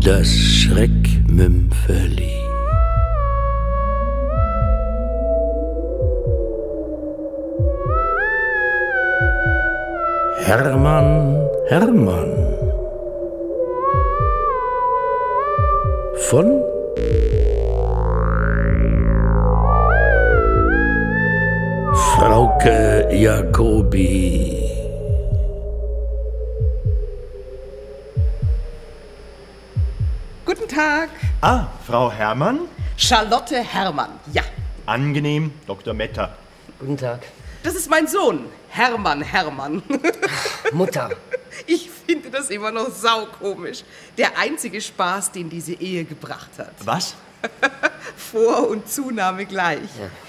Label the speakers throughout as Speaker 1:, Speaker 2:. Speaker 1: das Schreckmümpfeli. Hermann Hermann von Frauke Jacobi.
Speaker 2: Guten Tag,
Speaker 3: Ah, Frau Herrmann?
Speaker 2: Charlotte Hermann. Ja,
Speaker 3: Angenehm, Dr. Metter.
Speaker 4: Guten Tag.
Speaker 2: das ist mein Sohn, Hermann Hermann.
Speaker 4: Mutter.
Speaker 2: Ich finde das immer noch saukomisch. Der einzige Spaß, den diese Ehe gebracht hat.
Speaker 3: Was?
Speaker 2: Vor- und Zunahme gleich.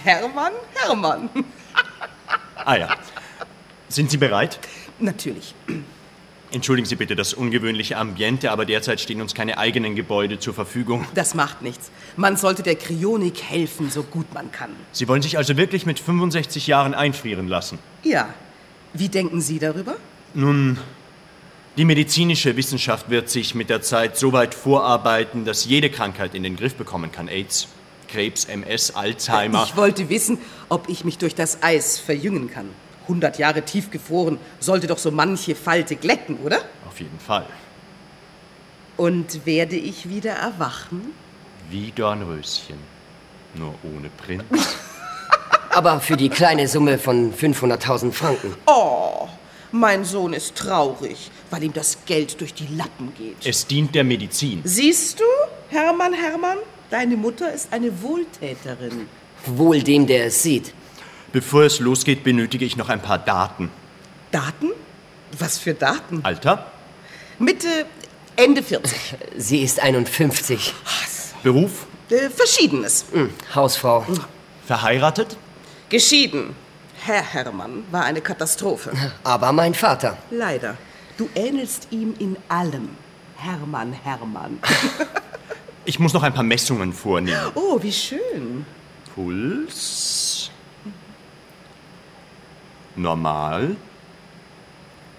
Speaker 2: Hermann Hermann.
Speaker 3: Ah ja. Sind Sie bereit?
Speaker 2: Natürlich.
Speaker 3: Entschuldigen Sie bitte das ungewöhnliche Ambiente, aber derzeit stehen uns keine eigenen Gebäude zur Verfügung.
Speaker 2: Das macht nichts. Man sollte der Kryonik helfen, so gut man kann.
Speaker 3: Sie wollen sich also wirklich mit 65 Jahren einfrieren lassen.
Speaker 2: Ja. Wie denken Sie darüber?
Speaker 3: Die medizinische Wissenschaft wird sich mit der Zeit so weit vorarbeiten, dass jede Krankheit in den Griff bekommen kann. AIDS, Krebs, MS, Alzheimer.
Speaker 2: Ich wollte wissen, ob ich mich durch das Eis verjüngen kann. 100 Jahre tief gefroren sollte doch so manche Falte glätten, oder?
Speaker 3: Auf jeden Fall.
Speaker 2: Und werde ich wieder erwachen?
Speaker 3: Wie Dornröschen. Nur ohne Prinz.
Speaker 4: Aber für die kleine Summe von 500.000 Franken.
Speaker 2: Oh, mein Sohn ist traurig, weil ihm das Geld durch die Lappen geht.
Speaker 3: Es dient der Medizin.
Speaker 2: Siehst du, Hermann, Hermann, deine Mutter ist eine Wohltäterin.
Speaker 4: Wohl dem, der es sieht.
Speaker 3: Bevor es losgeht, benötige ich noch ein paar Daten.
Speaker 2: Daten? Was für Daten?
Speaker 3: Alter,
Speaker 2: Mitte, Ende 40.
Speaker 4: Sie ist 51.
Speaker 3: Beruf,
Speaker 2: Äh, Verschiedenes.
Speaker 4: Hm, Hausfrau.
Speaker 3: verheiratet,
Speaker 2: Geschieden. Herr Hermann war eine Katastrophe.
Speaker 4: Aber mein Vater.
Speaker 2: Leider. Du ähnelst ihm in allem. Hermann, Hermann.
Speaker 3: ich muss noch ein paar Messungen vornehmen.
Speaker 2: Oh, wie schön.
Speaker 3: Puls, normal,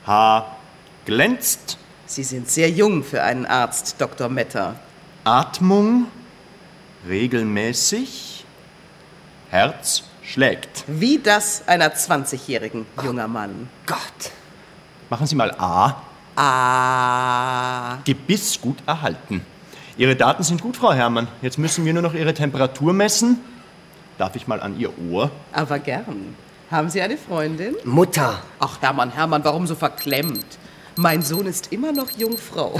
Speaker 3: Haar glänzt,
Speaker 2: Sie sind sehr jung für einen Arzt, Dr. Metter.
Speaker 3: Atmung regelmäßig, Herz schlägt.
Speaker 2: Wie das einer 20-jährigen junger Mann.
Speaker 4: Gott.
Speaker 3: Machen Sie mal A,
Speaker 2: Ah.
Speaker 3: Gebiss gut erhalten. Ihre Daten sind gut, Frau Herrmann. Jetzt müssen wir nur noch Ihre Temperatur messen. Darf ich mal an Ihr Ohr?
Speaker 2: Aber gern. Haben Sie eine Freundin?
Speaker 4: Mutter.
Speaker 2: Ach, Hermann, Hermann, warum so verklemmt? Mein Sohn ist immer noch Jungfrau.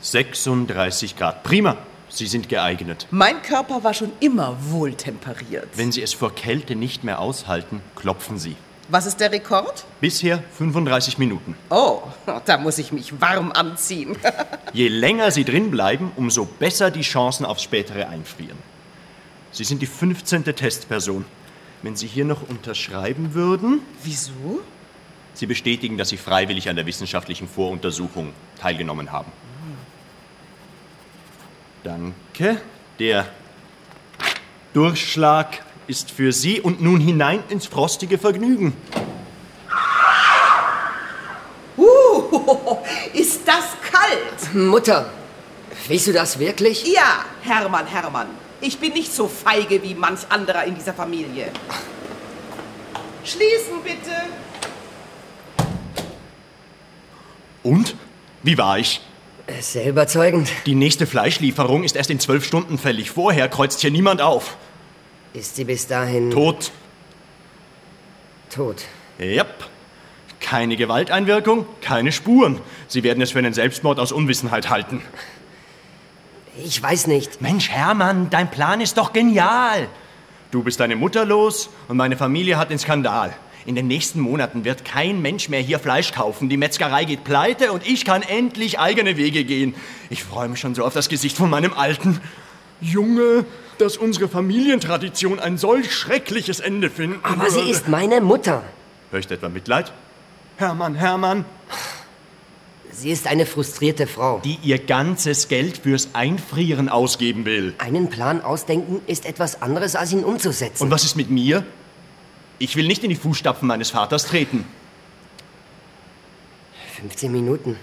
Speaker 3: 36 Grad. Prima. Sie sind geeignet.
Speaker 2: Mein Körper war schon immer wohltemperiert.
Speaker 3: Wenn Sie es vor Kälte nicht mehr aushalten, klopfen Sie.
Speaker 2: Was ist der Rekord?
Speaker 3: Bisher 35 Minuten.
Speaker 2: Oh, da muss ich mich warm anziehen.
Speaker 3: Je länger Sie drin bleiben, umso besser die Chancen aufs spätere Einfrieren. Sie sind die 15. Testperson. Wenn Sie hier noch unterschreiben würden,
Speaker 2: Wieso?
Speaker 3: Sie bestätigen, dass Sie freiwillig an der wissenschaftlichen Voruntersuchung teilgenommen haben. Danke. Der Durchschlag ist für Sie und nun hinein ins frostige Vergnügen.
Speaker 2: Uh, ist das kalt?
Speaker 4: Mutter. Willst du das wirklich?
Speaker 2: Ja, Hermann, Hermann. Ich bin nicht so feige wie manch anderer in dieser Familie. Schließen bitte.
Speaker 3: Und? Wie war ich?
Speaker 4: Sehr überzeugend.
Speaker 3: Die nächste Fleischlieferung ist erst in zwölf Stunden fällig. Vorher kreuzt hier niemand auf.
Speaker 4: Ist sie bis dahin
Speaker 3: Tot.
Speaker 4: tot?
Speaker 3: Yep. Keine Gewalteinwirkung, keine Spuren. Sie werden es für einen Selbstmord aus Unwissenheit halten.
Speaker 4: Ich weiß nicht.
Speaker 3: Mensch, Hermann, dein Plan ist doch genial. Du bist deine Mutter los und meine Familie hat den Skandal. In den nächsten Monaten wird kein Mensch mehr hier Fleisch kaufen. Die Metzgerei geht pleite und ich kann endlich eigene Wege gehen. Ich freue mich schon so auf das Gesicht von meinem Alten. Junge, dass unsere Familientradition ein solch schreckliches Ende finden
Speaker 4: Aber sie ist meine Mutter.
Speaker 3: Hörst etwa Mitleid? Hermann, Hermann,
Speaker 4: Sie ist eine frustrierte Frau.
Speaker 3: die ihr ganzes Geld fürs Einfrieren ausgeben will.
Speaker 4: Einen Plan ausdenken ist etwas anderes, als ihn umzusetzen.
Speaker 3: Und was ist mit mir? Ich will nicht in die Fußstapfen meines Vaters treten.
Speaker 4: 15 Minuten.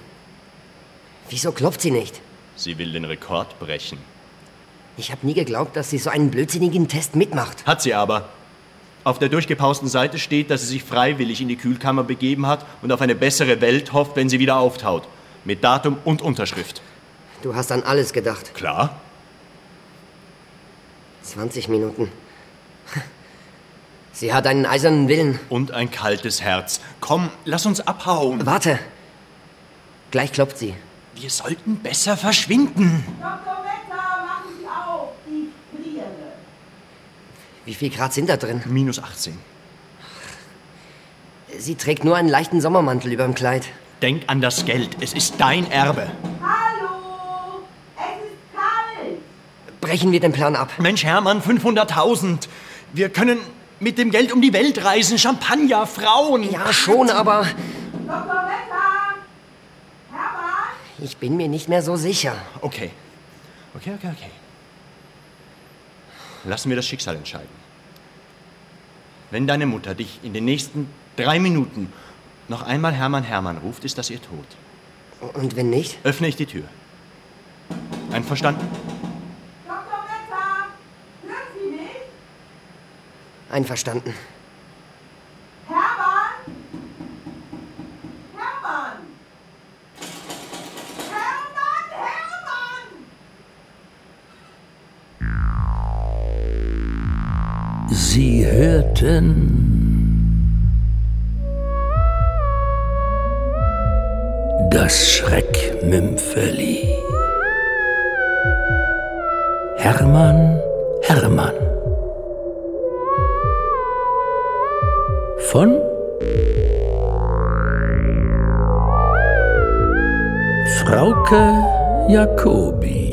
Speaker 4: Wieso klopft sie nicht?
Speaker 3: Sie will den Rekord brechen.
Speaker 4: Ich habe nie geglaubt, dass sie so einen blödsinnigen Test mitmacht.
Speaker 3: Hat sie aber. Auf der durchgepausten Seite steht, dass sie sich freiwillig in die Kühlkammer begeben hat und auf eine bessere Welt hofft, wenn sie wieder auftaut. Mit Datum und Unterschrift.
Speaker 4: Du hast an alles gedacht.
Speaker 3: Klar?
Speaker 4: 20 Minuten. Sie hat einen eisernen Willen.
Speaker 3: Und ein kaltes Herz. Komm, lass uns abhauen.
Speaker 4: Warte. Gleich klopft sie.
Speaker 3: Wir sollten besser verschwinden.
Speaker 5: Dr. Wetter, machen Sie auf, ich friere.
Speaker 4: Wie viel Grad sind da drin?
Speaker 3: Minus 18.
Speaker 4: Sie trägt nur einen leichten Sommermantel überm Kleid.
Speaker 3: Denk an das Geld. Es ist dein Erbe.
Speaker 5: Hallo, es ist kalt.
Speaker 4: Brechen wir den Plan ab.
Speaker 3: Mensch, Hermann, 500.000. Wir können mit dem Geld um die Welt reisen. Champagner, Frauen.
Speaker 4: Ja, schon, aber
Speaker 5: Dr. Wetter, Hermann,
Speaker 4: ich bin mir nicht mehr so sicher.
Speaker 3: Okay. Okay, okay, okay. Lassen wir das Schicksal entscheiden. Wenn deine Mutter dich in den nächsten drei Minuten noch einmal Hermann Hermann ruft, ist das ihr Tod.
Speaker 4: Und wenn nicht?
Speaker 3: Öffne ich die Tür. Einverstanden?
Speaker 5: Dr. Wetter, hören Sie mich?
Speaker 4: Einverstanden.
Speaker 5: Hermann, Hermann, Hermann, Hermann.
Speaker 1: Sie hörten das Schreckmümpfeli. Hermann Hermann von Frauke Jacobi.